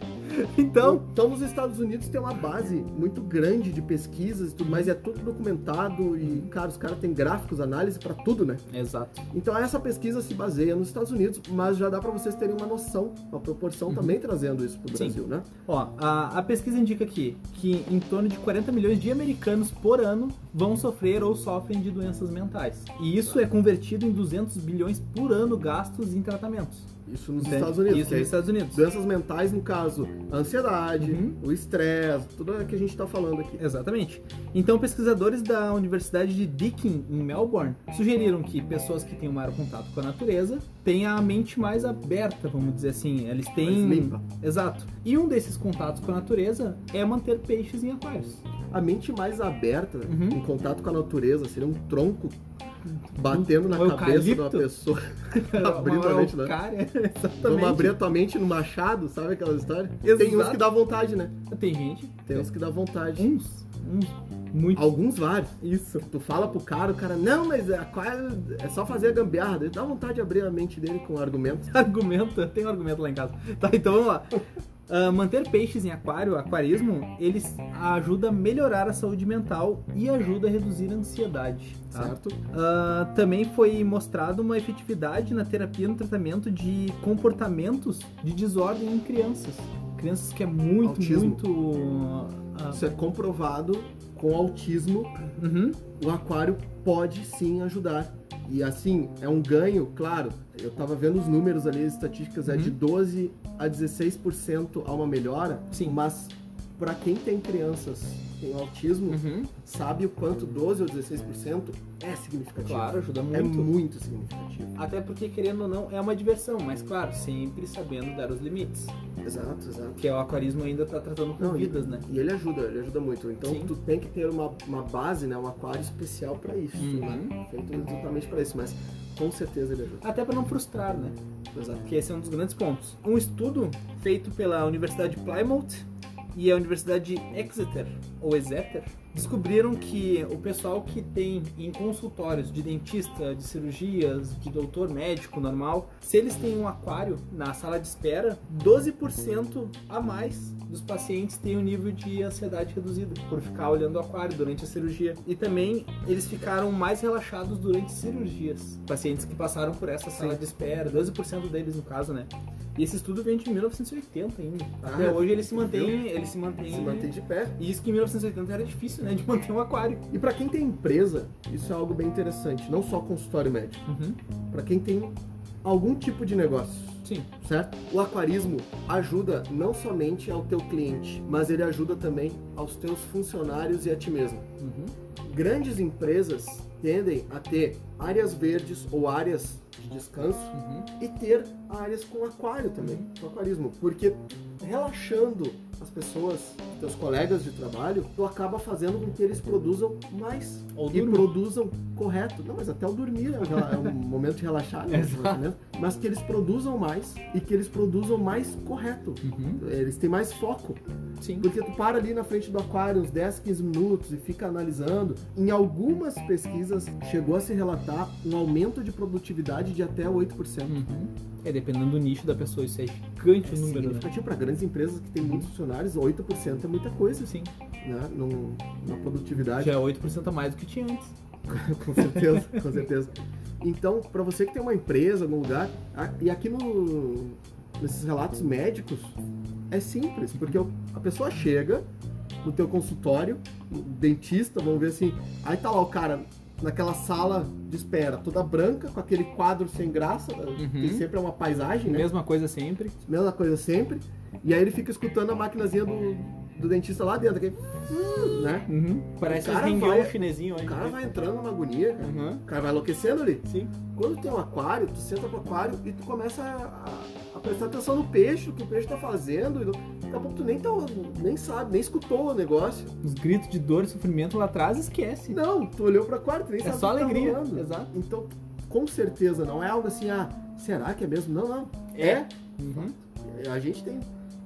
Então, então nos Estados Unidos tem uma base muito grande de pesquisas e tudo mais, e é tudo documentado e, cara, os caras têm gráficos, análise pra tudo, né? Exato. Então essa pesquisa se baseia nos Estados Unidos, mas já dá pra vocês terem uma noção, uma proporção também trazendo isso pro Uhum. Sim. Brasil, né? Ó, a, a pesquisa indica aqui que em torno de 40 milhões de americanos por ano vão sofrer ou sofrem de doenças mentais. E isso é convertido em 200 bilhões por ano gastos em tratamentos. Isso nos Entende? Estados Unidos. Isso que é nos Estados Unidos. Doenças mentais, no caso, a ansiedade, Uhum. o estresse, tudo que a gente tá falando aqui. Exatamente. Então, pesquisadores da Universidade de Deakin, em Melbourne, sugeriram que pessoas que têm um maior contato com a natureza têm a mente mais aberta, vamos dizer assim. Eles têm. Mas limpa. Exato. E um desses contatos com a natureza é manter peixes em aquários. A mente mais aberta, Uhum. em contato com a natureza, seria um tronco batendo na Um cabeça de uma eucalipto? pessoa. Abrindo a mente, né? Cara, exatamente. Vamos abrir a tua mente no machado, sabe aquela história? Exato. Tem uns que dá vontade, né? Tem gente, Tem uns que dá vontade. uns, uns Muito. Alguns vários. Isso. Tu fala pro cara, o cara, não, mas é, aquário é só fazer a gambiarra. Daí Dá vontade de abrir a mente dele com argumentos. Argumenta, tem um argumento lá em casa. Tá, então vamos lá. Ah, manter peixes em aquário, aquarismo, ele ajuda a melhorar a saúde mental e ajuda a reduzir a ansiedade. tá? Certo? Ah, também foi mostrado uma efetividade na terapia e no tratamento de comportamentos de desordem em crianças. Crianças que é muito, Autismo. muito. ah, Isso é comprovado com autismo. uhum, O aquário pode sim ajudar. E assim, é um ganho, claro. Eu tava vendo os números ali, as estatísticas, é Uhum. de 12 a 16% a uma melhora. Sim. Mas pra quem tem crianças com autismo, uhum. sabe o quanto 12 ou 16% é significativo. Claro, ajuda É muito. muito significativo. Até porque, querendo ou não, é uma diversão, mas claro, sempre sabendo dar os limites. Exato, exato. Porque o aquarismo ainda tá tratando com Não, e- vidas, né? E ele ajuda, ele ajuda muito. Então Sim. tu tem que ter uma, uma base, né? Um aquário especial pra isso, Uhum. né? Feito exatamente pra isso, mas com certeza ele ajuda. Até para não frustrar, né? Exato. Que esse é um dos grandes pontos. Um estudo feito pela Universidade de Plymouth e a Universidade de Exeter, ou Exeter, descobriram que o pessoal que tem em consultórios de dentista, de cirurgias, de doutor médico normal, se eles têm um aquário na sala de espera, 12% a mais dos pacientes têm um nível de ansiedade reduzido por ficar olhando o aquário durante a cirurgia. E também eles ficaram mais relaxados durante cirurgias. Pacientes que passaram por essa sala Sim. de espera, 12% deles no caso, né? E esse estudo vem de 1980 ainda. Até Ah, hoje ele se viu? mantém, ele se mantém. Se mantém de pé. E isso que em 1980 era difícil, né? De manter um aquário. E pra quem tem empresa, isso é algo bem interessante. Não só consultório médico. Uhum. Pra quem tem algum tipo de negócio. Sim. certo? O aquarismo ajuda não somente ao teu cliente, mas ele ajuda também aos teus funcionários e a ti mesmo. Uhum. Grandes empresas tendem a ter áreas verdes ou áreas de descanso Uhum. e ter áreas com aquário também, com aquarismo, porque relaxando as pessoas, teus colegas de trabalho, tu acaba fazendo com que eles produzam mais Ou e durma. produzam correto. Não, mas até o dormir é um rela- é um momento de relaxar, né? Exato. Né? Mas que eles produzam mais e que eles produzam mais correto. Eles têm mais foco. Uhum. Sim. Porque tu para ali na frente do aquário uns 10, 15 minutos e fica analisando. Em algumas pesquisas chegou a se relatar um aumento de produtividade de até 8%. É, dependendo do nicho da pessoa, isso é gigante É o número, né? significativo para grandes empresas que têm muitos funcionários, 8% é muita coisa, Sim. né? Num- na produtividade. Já é 8% a mais do que tinha antes. com certeza, com certeza. Então, para você que tem uma empresa, algum lugar, a- e aqui no, nesses relatos médicos, é simples, porque o- a pessoa chega no teu consultório, o dentista, vamos ver assim, aí tá lá o cara naquela sala de espera, toda branca, com aquele quadro sem graça, que sempre é uma paisagem, né? Mesma coisa sempre. mesma coisa sempre, e aí ele fica escutando a maquinazinha do, do dentista lá dentro, aquele, né? Parece O um cara rinhão vai- chinesinho hoje. O cara né? vai entrando numa agonia, cara. Uhum. o cara vai enlouquecendo ali. Sim. Quando tem um aquário, tu senta pro aquário e tu começa a, a prestar atenção no peixe, o que o peixe tá fazendo. E no- daqui a pouco tu nem, tá, nem sabe, nem escutou o negócio. Os gritos de dor e sofrimento lá atrás, esquece. Não, tu olhou pro aquário, tu nem É sabe só o que alegria, Tá rolando. exato. Então, com certeza, não é algo assim, ah, será que é mesmo? Não, não. É. Uhum. A gente tem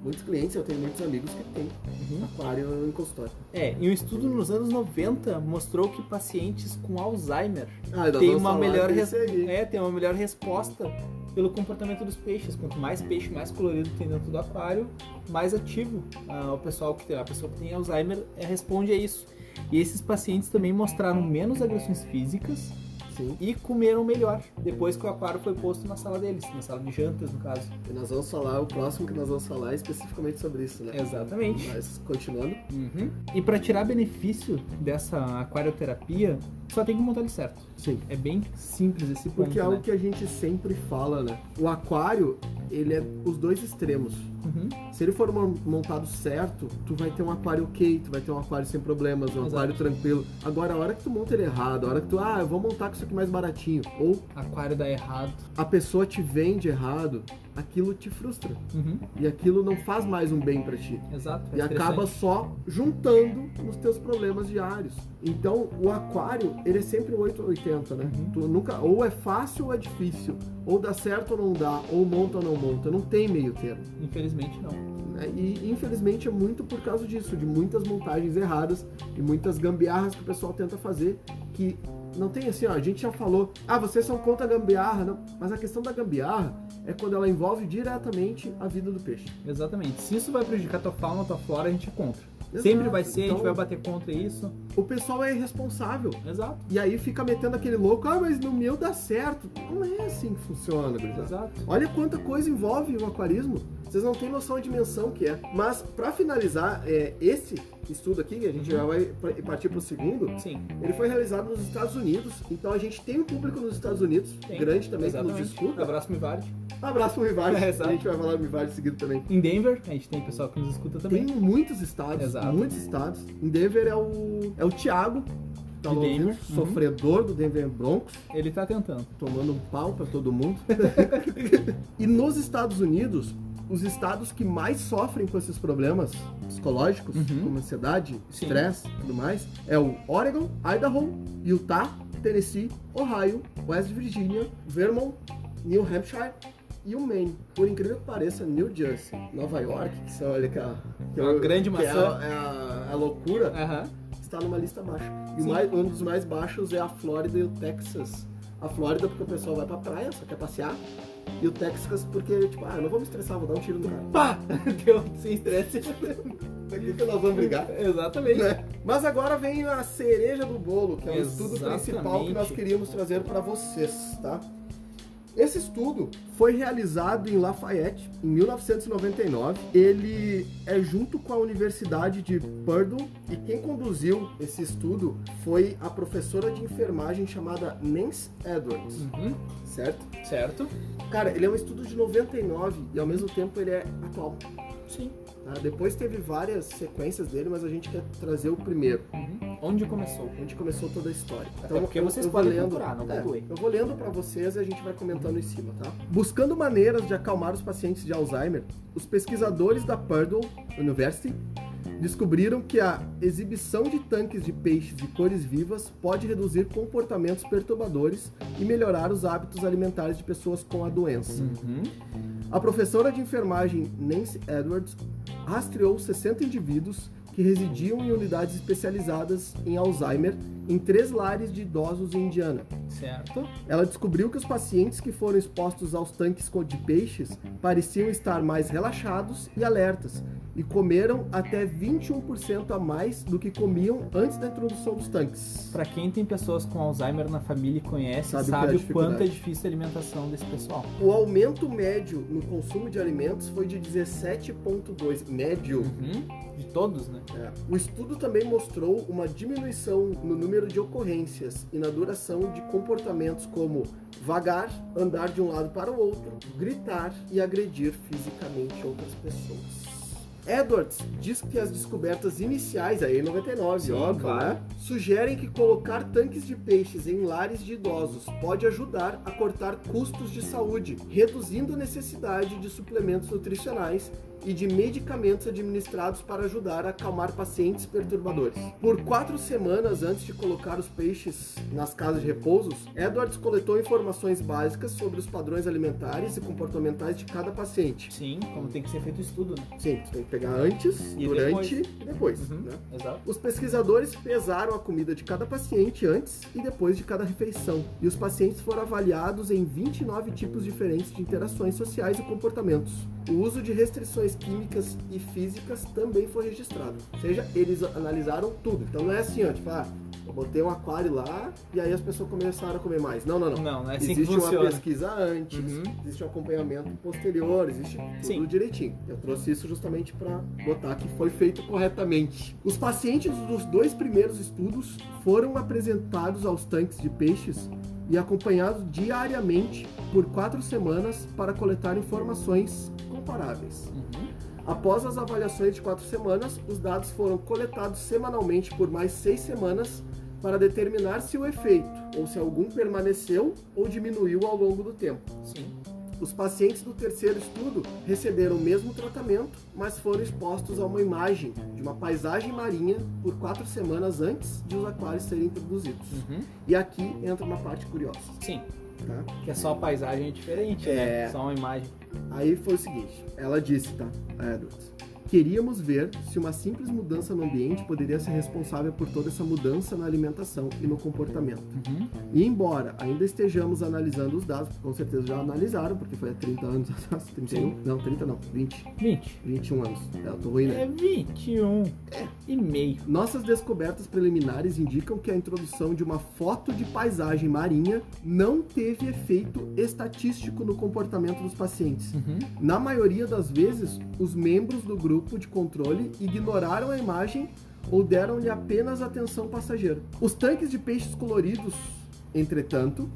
muitos clientes, eu tenho muitos amigos que tem Uhum. aquário em consultório. É, e um estudo nos anos 90 mostrou que pacientes com Alzheimer Ah, nós Tem vamos uma falar melhor disso aí. É, tem uma melhor resposta pelo comportamento dos peixes. Quanto mais peixe, mais colorido tem dentro do aquário, mais ativo ah, o pessoal que tem, a pessoa que tem Alzheimer eh, responde a isso. E esses pacientes também mostraram menos agressões físicas Sim, e comeram melhor depois que o aquário foi posto na sala deles, na sala de jantas, no caso. e nós vamos falar, o próximo que nós vamos falar é especificamente sobre isso, né? Exatamente. Mas, continuando. Uhum. E para tirar benefício dessa aquarioterapia, só tem que montar ele certo. Sim. É bem simples esse ponto. Porque é algo né? que a gente sempre fala, né? O aquário, ele é os dois extremos. Uhum. Se ele for mon- montado certo, tu vai ter um aquário ok, tu vai ter um aquário sem problemas, um Exato. aquário tranquilo. Agora, a hora que tu monta ele errado, a hora que tu, ah, eu vou montar com isso aqui mais baratinho, ou Aquário dá errado. a pessoa te vende errado, aquilo te frustra. Uhum. E aquilo não faz mais um bem pra ti. Exato. é E acaba estressante. só juntando nos teus problemas diários. Então, o aquário, ele é sempre 880, né? Uhum. Tu nunca, ou é fácil ou é difícil, ou dá certo ou não dá, ou monta ou não monta, não tem meio termo. Infelizmente não. né? E infelizmente é muito por causa disso, de muitas montagens erradas e muitas gambiarras que o pessoal tenta fazer, que não tem assim, ó, a gente já falou, ah, vocês são contra a gambiarra, não. mas a questão da gambiarra é quando ela envolve diretamente a vida do peixe. Exatamente. Se isso vai prejudicar tua fauna, tua flora, a gente é contra. Exato. Sempre vai ser, a gente vai Então, bater contra isso. O pessoal é irresponsável. Exato. E aí fica metendo aquele louco, ah, mas no meu dá certo. Não é assim que funciona, gurizada. Exato. Olha quanta coisa envolve o aquarismo. Vocês não têm noção da dimensão que é. Mas pra finalizar, é, esse estudo aqui, que a gente já vai pra- partir pro segundo, Sim. ele foi realizado nos Estados Unidos. Então a gente tem um público nos Estados Unidos, Tem. grande também, que Exatamente. nos escuta. Abraço, Mivard. Abraço pro Rivardi, É, a exato. gente vai falar do Rivardi seguido também. Em Denver, a gente tem pessoal que nos escuta também. Tem muitos estados, Exato. muitos estados. Em Denver é o, é o Thiago, tá De lá ouvindo, Denver, uhum. sofredor do Denver Broncos. Ele tá tentando. tomando um pau pra todo mundo. e nos Estados Unidos, os estados que mais sofrem com esses problemas psicológicos, Uhum. como ansiedade, Sim. estresse e tudo mais, é o Oregon, Idaho, Utah, Tennessee, Ohio, West Virginia, Vermont, New Hampshire e o Maine. Por incrível que pareça, New Jersey, Nova York, que são olha que é a- que é Uma o- grande que maçã. É a, é a- a loucura Aham. está numa lista baixa. E o Sim. mais- um dos mais baixos é a Flórida e o Texas. A Flórida porque o pessoal vai pra praia, só quer passear. E o Texas porque, tipo, ah, eu não vou me estressar, vou dar um tiro no cara. Pá! Deu sem estresse. Por que que nós vamos brigar? Exatamente. Né? Mas agora vem a cereja do bolo, que é o estudo Exatamente. principal que nós queríamos trazer para vocês, tá? Esse estudo foi realizado em Lafayette, em 1999. Ele é junto com a Universidade de Purdue e quem conduziu esse estudo foi a professora de enfermagem chamada Nance Edwards, Uhum. certo? Certo. Cara, ele é um estudo de 99 e ao mesmo tempo ele é atual. Sim. tá? Depois teve várias sequências dele, mas a gente quer trazer o primeiro Uhum. Onde começou? onde começou toda a história. Então, Até É porque vocês podem procurar, não pontuei. é, Eu vou lendo pra vocês e a gente vai comentando em cima, tá? Buscando maneiras de acalmar os pacientes de Alzheimer, os pesquisadores da Purdue University descobriram que a exibição de tanques de peixes de cores vivas pode reduzir comportamentos perturbadores e melhorar os hábitos alimentares de pessoas com a doença. Uhum. A professora de enfermagem Nancy Edwards rastreou 60 indivíduos que residiam em unidades especializadas em Alzheimer em três lares de idosos em Indiana. Certo. Ela descobriu que os pacientes que foram expostos aos tanques co- de peixes pareciam estar mais relaxados e alertas e comeram até 21% a mais do que comiam antes da introdução dos tanques. Pra quem tem pessoas com Alzheimer na família e conhece, Sabe sabe, qual é a o quanto é dificuldade. difícil a alimentação desse pessoal. O aumento médio no consumo de alimentos foi de 17,2 médio. Uhum. De todos, né? É. O estudo também mostrou uma diminuição no número de ocorrências e na duração de comportamentos como vagar, andar de um lado para o outro, gritar e agredir fisicamente outras pessoas. Edwards diz que as descobertas iniciais, aí em 99, Sim, óbvio, claro. né, sugerem que colocar tanques de peixes em lares de idosos pode ajudar a cortar custos de saúde, reduzindo a necessidade de suplementos nutricionais e de medicamentos administrados para ajudar a acalmar pacientes perturbadores. Por quatro semanas antes de colocar os peixes nas casas de repousos, Edwards coletou informações básicas sobre os padrões alimentares e comportamentais de cada paciente. Sim, como tem que ser feito o estudo, né? Sim, tu tem que pegar antes, E durante e depois. Uhum. né? Exato. Os pesquisadores pesaram a comida de cada paciente antes e depois de cada refeição, e os pacientes foram avaliados em 29 tipos diferentes de interações sociais e comportamentos. O uso de restrições químicas e físicas também foi registrado. Ou seja, eles analisaram tudo. Então não é assim, ó, tipo, ah, eu botei um aquário lá e aí as pessoas começaram a comer mais. Não, não, não. Não, não é assim Então, Existe que uma funciona. pesquisa antes, Uhum. existe um acompanhamento posterior, existe tudo Sim. direitinho. Eu trouxe isso justamente para botar que foi feito corretamente. Os pacientes dos dois primeiros estudos foram apresentados aos tanques de peixes e acompanhados diariamente por quatro semanas para coletar informações comparáveis. Uhum. Após as avaliações de quatro semanas, os dados foram coletados semanalmente por mais seis semanas para determinar se o efeito ou se algum permaneceu ou diminuiu ao longo do tempo. Sim. Os pacientes do terceiro estudo receberam o mesmo tratamento, mas foram expostos a uma imagem de uma paisagem marinha por quatro semanas antes de os aquários serem introduzidos. Uhum. E aqui entra uma parte curiosa, Sim, tá? que é só a paisagem diferente, É. né? Só uma imagem. Aí foi o seguinte, ela disse, tá, a Edwards, queríamos ver se uma simples mudança no ambiente poderia ser responsável por toda essa mudança na alimentação e no comportamento. Uhum. E embora ainda estejamos analisando os dados, com certeza já analisaram, porque foi há 30 anos atrás, 31, não, 30 não, 20, 20. 21 anos, eu tô ruim, né? É 21 É. e meio. Nossas descobertas preliminares indicam que a introdução de uma foto de paisagem marinha não teve efeito estatístico no comportamento dos pacientes. Uhum. Na maioria das vezes, os membros do grupo de controle ignoraram a imagem ou deram-lhe apenas atenção passageira. Os tanques de peixes coloridos, entretanto,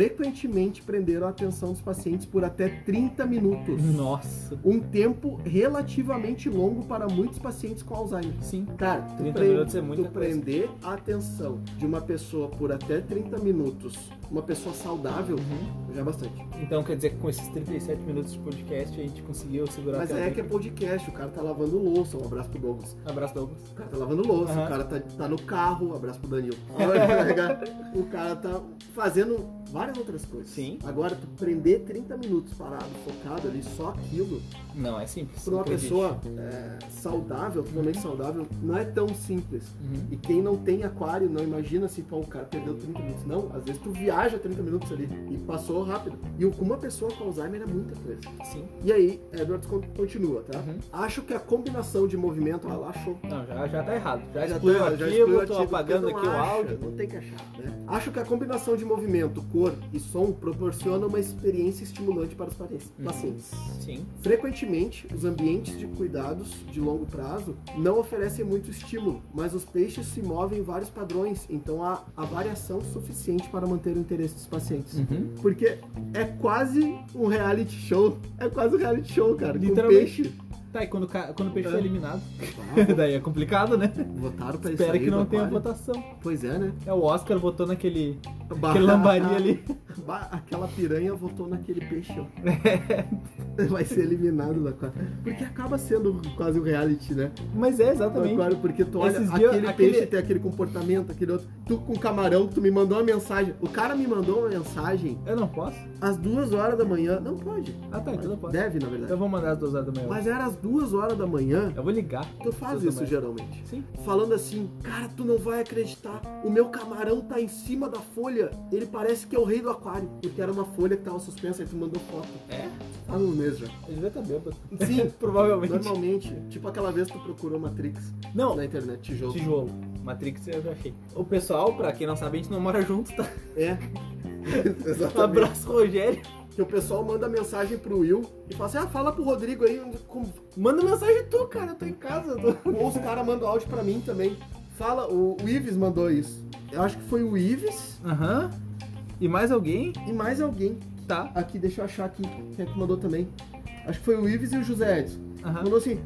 frequentemente prenderam a atenção dos pacientes por até 30 minutos. Nossa. Um tempo relativamente longo para muitos pacientes com Alzheimer. Sim. Cara, tu, 30 pre- minutos é muita tu coisa. prender a atenção de uma pessoa por até 30 minutos, uma pessoa saudável, Uhum. já é bastante. Então quer dizer que com esses 37 minutos de podcast a gente conseguiu segurar Mas até é o que é tempo. podcast, o cara tá lavando louça, um abraço pro Douglas. Abraço, Douglas. O cara tá lavando louça, Aham. o cara tá, tá no carro, um abraço pro Danilo. Olha, o cara tá fazendo várias outras coisas. Sim. Agora, tu prender 30 minutos parado, focado ali, só aquilo, Não, é simples. pra uma Acredite. pessoa é, saudável, totalmente saudável, não é tão simples. Uhum. E quem não tem aquário não imagina assim, pô, o cara perdeu 30 minutos. Não, às vezes tu viaja 30 minutos ali e passou rápido. E uma pessoa com Alzheimer é muita coisa. Sim. E aí, Edward con- continua, tá? Uhum. Acho que a combinação de movimento, ah, lá achou. Não, já, já tá errado. Já, Já excluiu tá- o já arquivo, excluiu o tô arquivo, apagando porque aqui não o acha, áudio. Não tem que achar, né? Acho que a combinação de movimento, cor e som proporciona uma experiência estimulante para os pacientes. Uhum. pacientes. Sim. Frequentemente, os ambientes de cuidados de longo prazo não oferecem muito estímulo, mas os peixes se movem em vários padrões, então há, há variação suficiente para manter o interesse dos pacientes. Uhum. Porque é quase um reality show. É quase um reality show, cara. Com Literalmente. peixe. Tá, e quando, o ca- quando o peixe É. foi eliminado? Ah, Daí é complicado, né? votaram pra isso Espera aí que não do tenha aquário. votação. Pois é, né? É, o Oscar votou naquele Bah- aquele lambari ali. Bah, aquela piranha votou naquele peixe, ó. Vai ser eliminado da aquário. Porque acaba sendo quase um reality, né? Mas é, Do exatamente. aquário, porque tu olha, Esses dias, aquele aquele- peixe tem aquele comportamento, aquele outro. Tu com camarão, tu me mandou uma mensagem. O cara me mandou uma mensagem Eu não posso? às duas horas da manhã. Não pode. Ah, tá, então eu posso. Deve, na Eu verdade. vou mandar às duas horas da manhã. Mas era às duas horas da manhã. Eu vou ligar. Tu faz Duas da isso manhã. geralmente. Sim. Falando assim, cara, tu não vai acreditar. O meu camarão tá em cima da folha. Ele parece que é o rei do aquário. Porque era uma folha que tava suspensa, aí tu mandou foto. É? Tá no mês já. Ele devia estar bêbado. Sim, Provavelmente. normalmente. Tipo aquela vez que tu procurou Matrix Não, na internet, tijolo. tijolo. Matrix eu já achei. O pessoal, pra quem não sabe, a gente não mora junto, tá? É. Exatamente. Abraço, Rogério. Que o pessoal manda mensagem pro Will e fala assim: ah, fala pro Rodrigo aí. Como... Manda mensagem tu, cara. Eu tô em casa. eu tô- Ou os caras mandam áudio pra mim também. Fala, o, o Ives mandou isso. Eu acho que foi o Ives Aham. E mais alguém? e mais alguém. Tá. Aqui, deixa eu achar aqui quem é que mandou também. Acho que foi o Ives e o José Edson. Aham. Mandou assim: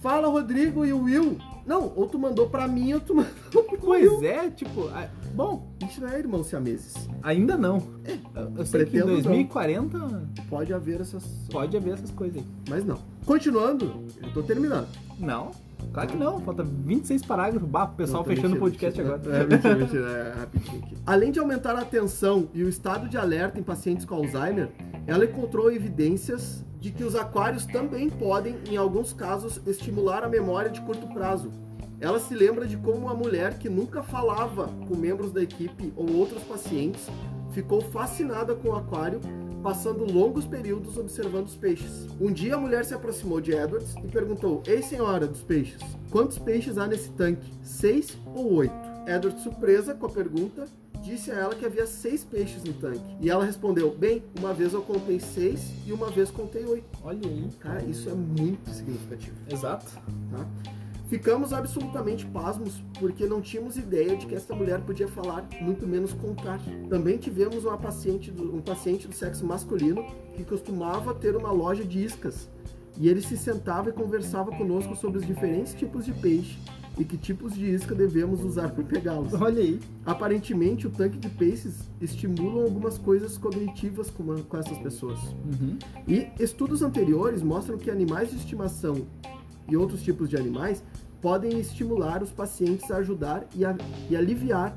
fala Rodrigo e o Will. Não, ou tu mandou pra mim ou tu mandou pro Will. Pois é, tipo. a- Bom, A gente não é irmão siameses. ainda não. É, Eu- Eu sei que em Pretendo não. 2040 Pode haver essas. pode haver essas coisas aí. Mas não. Continuando, eu tô terminando. Não. Claro que não, falta 26 parágrafos. Bah, o pessoal Não, tô fechando o mentindo, podcast mentira. agora. É, mentira, mentira, é rapidinho aqui. Além de aumentar a atenção e o estado de alerta em pacientes com Alzheimer, ela encontrou evidências de que os aquários também podem, em alguns casos, estimular a memória de curto prazo. Ela se lembra de como uma mulher que nunca falava com membros da equipe ou outros pacientes ficou fascinada com o aquário, passando longos períodos observando os peixes. Um dia a mulher se aproximou de Edwards e perguntou: Ei, senhora dos peixes, quantos peixes há nesse tanque? Seis ou oito? Edwards, surpresa com a pergunta, disse a ela que havia seis peixes no tanque. E ela respondeu: Bem, uma vez eu contei seis e uma vez contei oito. Olha aí. Cara, isso é muito significativo. Exato. né? Ficamos absolutamente pasmos porque não tínhamos ideia de que esta mulher podia falar, muito menos contar. Também tivemos uma paciente do- um paciente do sexo masculino que costumava ter uma loja de iscas e ele se sentava e conversava conosco sobre os diferentes tipos de peixe e que tipos de isca devemos usar para pegá-los. Olha aí. Aparentemente, o tanque de peixes estimula algumas coisas cognitivas com, uma- com essas pessoas. Uhum. E estudos anteriores mostram que animais de estimação e outros tipos de animais podem estimular os pacientes a ajudar e, a- e aliviar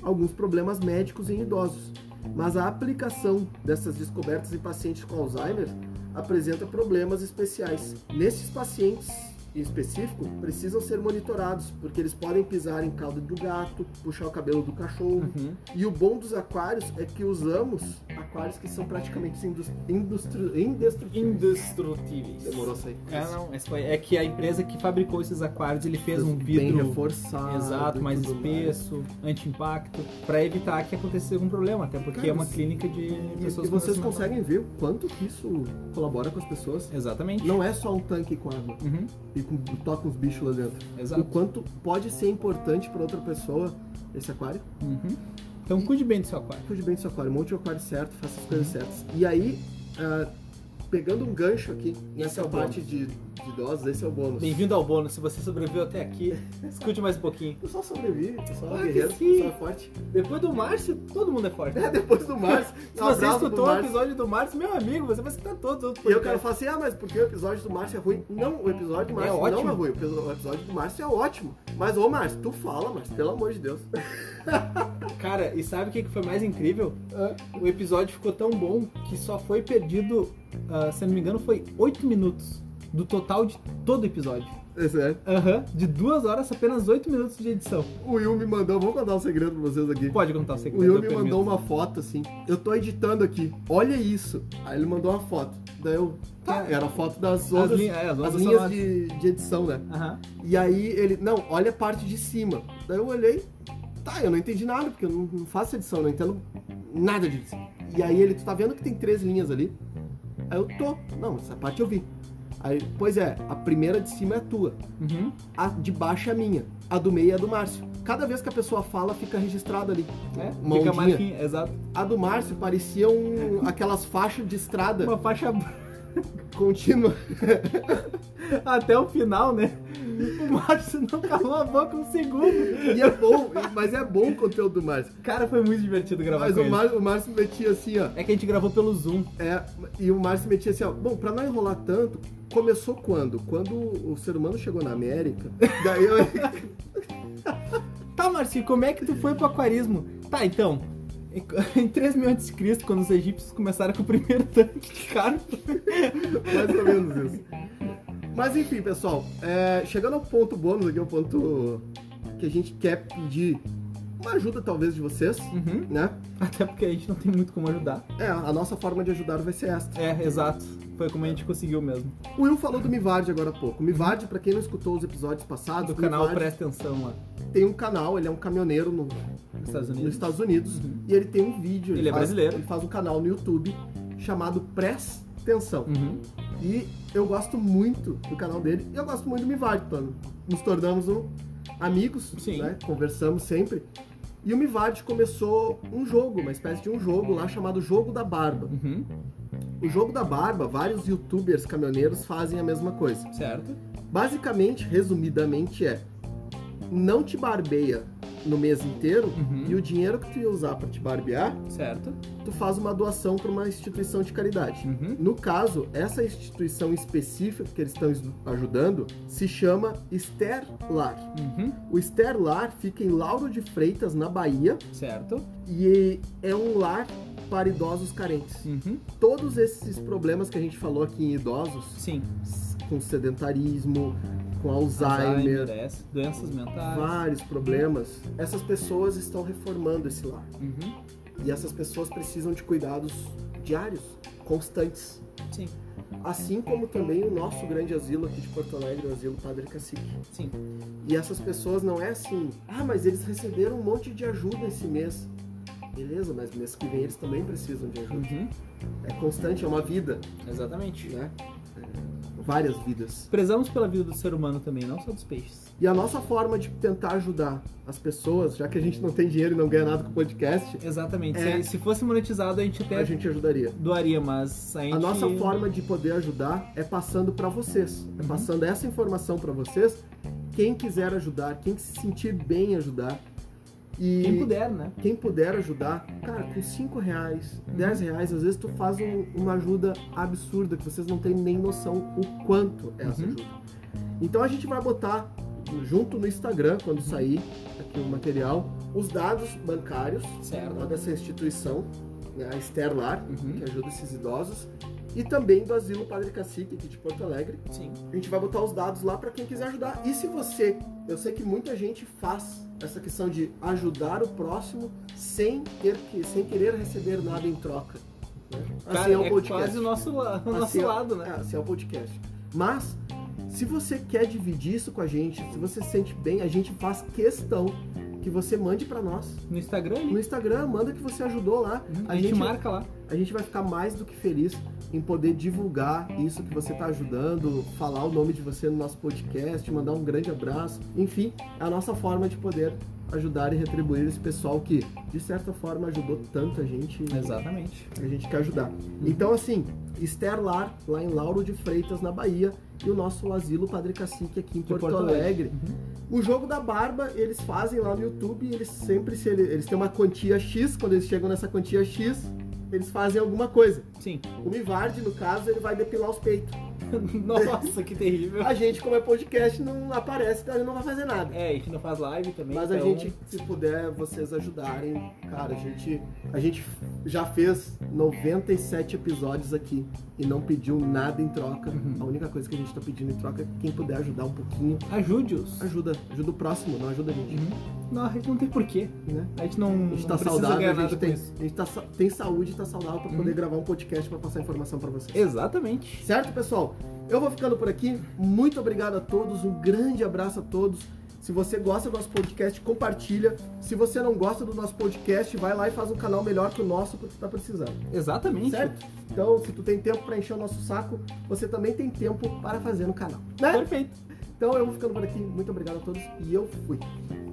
alguns problemas médicos em idosos. Mas a aplicação dessas descobertas em pacientes com Alzheimer apresenta problemas especiais. Nesses pacientes em específico, precisam ser monitorados, porque eles podem pisar em caldo do gato, puxar o cabelo do cachorro, Uhum. e o bom dos aquários é que usamos aquários que são praticamente indus- industru- indestrutíveis. Indestrutíveis. Demorou a sair. É, não, esse foi- é que a empresa que fabricou esses aquários, ele fez um Bem vidro reforçado. exato, e mais tudo espesso, anti-impacto, pra evitar que acontecesse algum problema, até porque Cara, é uma isso- clínica de mais. E, pessoas e vocês com doença mental. conseguem ver o quanto que isso colabora com as pessoas. Exatamente. Não é só um tanque com água Uhum, e com, toca uns bichos lá dentro. O exato. quanto pode ser importante para outra pessoa esse aquário. Uhum. Então cuide bem do seu aquário. Cuide bem do seu aquário, monte o aquário certo, faça as Uhum. coisas certas. E aí, ah, pegando um gancho aqui, nessa é o parte de, de idosos, esse é o bônus. Bem-vindo ao bônus, se você sobreviveu até aqui, escute mais um pouquinho. O pessoal sobrevive, o pessoal Claro é que guerreiro, o sim. pessoal é forte. Depois do Márcio, todo mundo é forte. É, depois do Márcio. Se um você abraço pro escutou o Márcio. episódio do Márcio, meu amigo, você vai escutar todos os outros E eu quero podcasts. falar assim, ah, mas por que o episódio do Márcio é ruim? Não, o episódio do Márcio ótimo. não é ruim, o episo- o episódio do Márcio é ótimo. Mas, ô Márcio, tu fala, Márcio, pelo amor de Deus. Cara, e sabe o que que foi mais incrível? O episódio ficou tão bom que só foi perdido, ah, se eu não me engano, foi 8 minutos do total de todo o episódio. É sério. Aham, de duas horas, apenas 8 minutos de edição. O Will me mandou, vou contar um segredo pra vocês aqui. Pode contar o O segredo. Will eu me permito. mandou uma foto assim, eu tô editando aqui, olha isso. Aí ele mandou uma foto. Daí eu. Tá, era a foto das As, outras. lin- é, as As ondas linhas sonoras. de, de edição, né? Aham. E aí ele, não, olha a parte de cima. Daí eu olhei, tá, eu não entendi nada, porque eu não, não faço edição, não entendo nada disso. E aí ele, tu tá vendo que tem três linhas ali? Aí eu tô, não, essa parte eu vi. Aí, pois é, a primeira de cima é a tua, Uhum. a de baixo é a minha, a do meio é a do Márcio. Cada vez que a pessoa fala, fica registrado ali. É, Uma fica ondinha. a marquinha, exato. A do Márcio parecia um, aquelas faixas de estrada Uma faixa branca contínua. até o final, né? O Márcio não calou a boca um segundo. E é bom, mas é bom o conteúdo do Márcio. Cara, foi muito divertido gravar Mas com o ele. Márcio, o Márcio metia assim, ó. É que a gente gravou pelo Zoom. É, e o Márcio metia assim, ó, bom, pra não enrolar tanto, começou quando? Quando o ser humano chegou na América, daí eu... Tá, Marcinho, como é que tu foi pro aquarismo? Tá, então. Em 3 mil antes de Cristo, quando os egípcios começaram com o primeiro tanque de carpa. mais ou menos isso. Mas enfim, pessoal, é, chegando ao ponto bônus aqui, ao ponto que a gente quer pedir uma ajuda talvez de vocês, Uhum. né? Até porque a gente não tem muito como ajudar. É, a nossa forma de ajudar vai ser esta. É, exato. Foi como a gente conseguiu mesmo. O Will falou do Mivard agora há pouco. O Mivard, pra quem não escutou os episódios passados, Ah, Do o canal Mivard Presta Atenção lá tem um canal, ele é um caminhoneiro no, nos Estados nos Unidos. Estados Unidos Uhum. e ele tem um vídeo. Ele é faz- brasileiro. Ele faz um canal no YouTube chamado Press Tensão. Uhum. E eu gosto muito do canal dele e eu gosto muito do Mivard. Tá? Nos tornamos um- amigos, Sim. né? conversamos sempre. E o Mivard começou um jogo, uma espécie de um jogo lá chamado Jogo da Barba. Uhum. O Jogo da Barba, vários youtubers caminhoneiros fazem a mesma coisa. Certo. Basicamente, resumidamente, é não te barbeia no mês inteiro Uhum. e o dinheiro que tu ia usar pra te barbear, Certo. tu faz uma doação pra uma instituição de caridade. Uhum. No caso, essa instituição específica que eles estão es- ajudando se chama Sterlar. Uhum. O Sterlar fica em Lauro de Freitas, na Bahia, Certo. e é um lar para idosos carentes. Uhum. Todos esses problemas que a gente falou aqui em idosos, Sim. com sedentarismo, com Alzheimer Alzheimer, é. S, doenças mentais. vários problemas, essas pessoas estão reformando esse lar. Uhum. E essas pessoas precisam de cuidados diários, constantes. Sim. Assim como também o nosso grande asilo aqui de Porto Alegre, o Asilo Padre Cacique. Sim. E essas pessoas não é assim, ah, mas eles receberam um monte de ajuda esse mês. Beleza, mas mês que vem eles também precisam de ajuda. Uhum. É constante, é uma vida, Exatamente. né? É, várias vidas. Prezamos pela vida do ser humano também, não só dos peixes. E a nossa forma de tentar ajudar as pessoas, já que a gente não tem dinheiro e não ganha nada com o podcast, Exatamente. É. Se, se fosse monetizado, a gente até a gente ajudaria. doaria, mas a gente. A nossa forma de poder ajudar é passando para vocês, é Uhum. passando essa informação para vocês quem quiser ajudar, quem se sentir bem ajudar. E Quem puder, né? quem puder ajudar, cara, com 5 reais, Uhum. 10 reais, às vezes tu faz um- uma ajuda absurda que vocês não têm nem noção o quanto é essa Uhum. ajuda. Então a gente vai botar junto no Instagram, Uhum. quando sair aqui o material, os dados bancários lá Certo. dessa instituição, né, a Sterlar, que Uhum. ajuda esses idosos, e também do Asilo Padre Cacique aqui de Porto Alegre. Sim. A gente vai botar os dados lá para quem quiser ajudar. E se você, eu sei que muita gente faz essa questão de ajudar o próximo sem ter que, sem querer receber nada em troca. né? Assim Cara, é o é podcast. quase o nosso, la- o nosso Assim é- lado, né? É, assim é o podcast. Mas se você quer dividir isso com a gente, se você se sente bem, a gente faz questão que você mande para nós No Instagram ali. no Instagram, manda que você ajudou lá. Uhum. A gente marca lá. a gente vai ficar mais do que feliz em poder divulgar isso que você está ajudando, falar o nome de você no nosso podcast, mandar um grande abraço. Enfim, é a nossa forma de poder ajudar e retribuir esse pessoal que, de certa forma, ajudou tanta gente. e Exatamente. A gente quer ajudar. Então, assim, Esther Lar, lá em Lauro de Freitas, na Bahia, e o nosso asilo Padre Cacique aqui em Porto, Porto Alegre. Alegre. O jogo da barba, eles fazem lá no YouTube, eles sempre se ele- eles têm uma quantia X, quando eles chegam nessa quantia X, eles fazem alguma coisa. Sim. O Mivard, no caso, ele vai depilar os peitos. Nossa, que terrível. A gente, como é podcast, não aparece, então a gente não vai fazer nada. É, a gente não faz live também. Mas a então- gente, se puder vocês ajudarem, cara, a gente, a gente já fez 97 episódios aqui e não pediu nada em troca. Uhum. A única coisa que a gente tá pedindo em troca é quem puder ajudar um pouquinho, Ajude-os. ajuda, ajuda o próximo, não ajuda a gente, Uhum. Não, a gente não tem porquê. né? A gente não, A gente não tá precisa saudável, ganhar a nada gente, com tem, isso. a gente tá, sa- tem saúde, tá saudável pra poder Uhum. gravar um podcast pra passar informação pra vocês. Exatamente. Certo, pessoal? Eu vou ficando por aqui. Muito obrigado a todos, um grande abraço a todos. Se você gosta do nosso podcast, compartilha. Se você não gosta do nosso podcast, vai lá e faz um canal melhor que o nosso, porque tu tá precisando. Exatamente. Certo? Então, se tu tem tempo pra encher o nosso saco, você também tem tempo para fazer no canal, né? Perfeito. Então, eu vou ficando por aqui. Muito obrigado a todos e eu fui.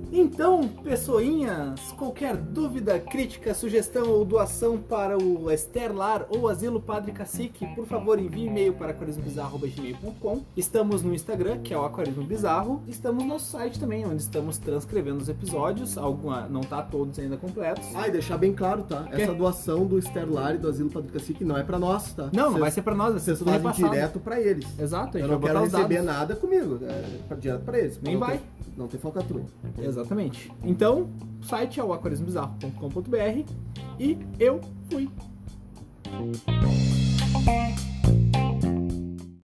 Então, pessoinhas, qualquer dúvida, crítica, sugestão ou doação para o Esterlar ou Asilo Padre Cacique, por favor envie e-mail para aquarismobizarro.gmail.com Estamos no Instagram, que é o Aquarismo Bizarro. Estamos no nosso site também, onde estamos transcrevendo os episódios. Alguma, não tá todos ainda completos. Ah, e deixar bem claro, tá? Essa doação do Sterlar e do Asilo Padro Cacique não é pra nós, tá? Não, não Vocês- vai ser para nós, vai ser Vocês tudo fazem repassado. direto pra eles. Exato, a Eu gente não vai botar quero os receber dados. nada comigo, é pra- direto pra eles. Nem Não vai. tem- não tem falcatrua. Exatamente. Então, o site é o aquarismobizarro.com.br e eu fui.